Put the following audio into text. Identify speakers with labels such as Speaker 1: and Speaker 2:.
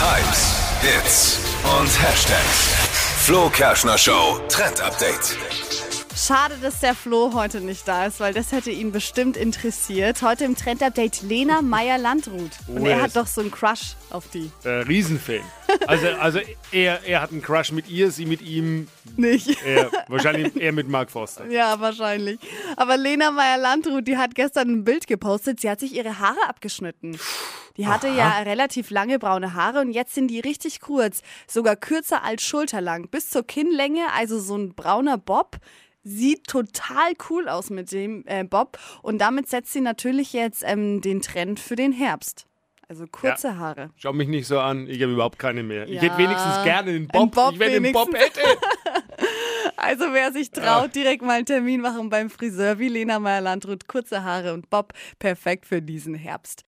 Speaker 1: Hypes, Hits und Hashtags. Flo Kerschner Show Trend Update.
Speaker 2: Schade, dass der Flo heute nicht da ist, weil das hätte ihn bestimmt interessiert. Heute im Trend-Update Lena Meyer-Landrut. Und
Speaker 3: Oh,
Speaker 2: er
Speaker 3: yes.
Speaker 2: hat doch so einen Crush auf die.
Speaker 3: Äh, Riesenfan. Also, also er, er hat einen Crush mit ihr, sie mit ihm,
Speaker 2: Nicht?
Speaker 3: er, wahrscheinlich er mit Mark Forster.
Speaker 2: Ja, wahrscheinlich. Aber Lena Meyer-Landrut, die hat gestern ein Bild gepostet. Sie hat sich ihre Haare abgeschnitten. Die hatte ja relativ lange braune Haare und jetzt sind die richtig kurz. Sogar kürzer als schulterlang. Bis zur Kinnlänge, also so ein brauner Bob. Sieht total cool aus mit dem äh, Bob. Und damit setzt sie natürlich jetzt ähm, den Trend für den Herbst. Also kurze Haare.
Speaker 3: Schau mich nicht so an, ich habe überhaupt keine mehr. Ich
Speaker 2: Ja.
Speaker 3: hätte wenigstens gerne einen
Speaker 2: Ein
Speaker 3: Bob.
Speaker 2: Bob
Speaker 3: ich wäre den Bob hätte.
Speaker 2: wenigstens. Also wer sich traut, direkt mal einen Termin machen beim Friseur wie Lena Meyer-Landrut. Kurze Haare und Bob, perfekt für diesen Herbst.